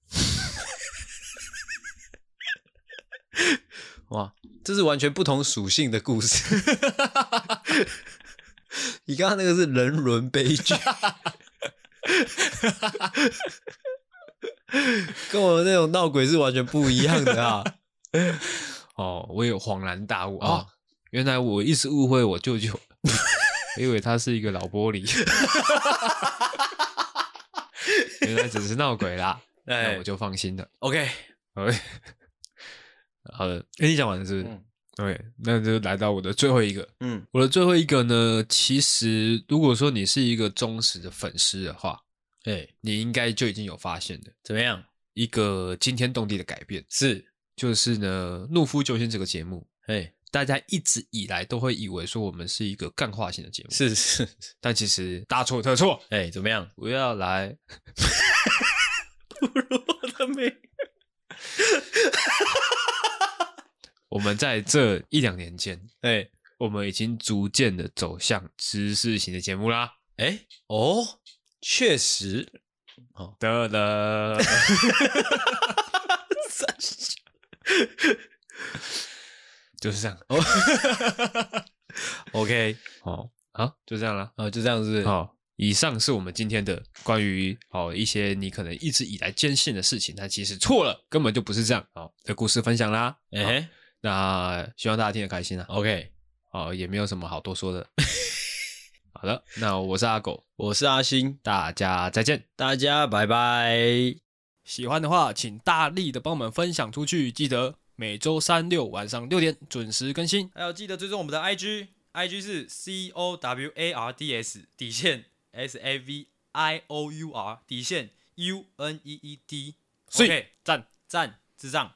B: 哇，这是完全不同属性的
A: (laughs)
B: 故事。你刚刚那
A: (laughs)
B: 个是人伦悲剧。”跟我那种闹鬼是完全不一样的啊！
A: 哦，我有恍然大悟啊、
B: 哦
A: 原来我一直误会我舅舅， (laughs) 我以为他是一个老玻璃， (laughs) 原来只是闹鬼啦， (laughs) 那
B: 哎
A: 我就放心了。
B: ，OK，
A: OK，好的，哎、你讲完了是不是、
B: 嗯
A: o k 那就来到我的最后一个。
B: 嗯，
A: 我的最后一个呢，其实如果说你是一个忠实的粉丝的话，
B: 哎，
A: 你应该就已经有发现了
B: 怎么样？
A: 一个惊天动地的改变，
B: 是，
A: 就是呢，《怒夫救星》这个节目，
B: 哎，
A: 大家一直以来都会以为说我们是一个干化型的节目，
B: 是
A: (laughs)
B: 是，是
A: 但其实大错特错。
B: 哎，怎么样？
A: 不要来，
B: 不如我的美。
A: 我们在这一两年间，
B: 哎
A: 我们已经逐渐的走向知识型的节目啦。
B: 哎，哦，确实，
A: 得了，就是这样
B: OK，
A: 哦，好，就这样啦。
B: 啊，就这样子。
A: 好，以上是我们今天的关于哦一些你可能一直以来坚信的事情，但其实错了，根本就不是这样哦的故事分享啦。好，
B: 哎
A: 那希望大家听得开心啊。
B: ，OK，
A: 哦，也没有什么好多说 (laughs) 的。好了，那我是阿狗，
B: 我是阿星，
A: 大家再见。
B: 大家拜拜。
A: 喜欢的话，请大力的帮我们分享出去，记得每周三六晚上六点准时更新。
B: 还有记得追踪我们的 IG，IG 是 C O W A R D S 底线 S A V I O U R 底线 U N E E D。
A: 所以
B: OK，赞赞智障。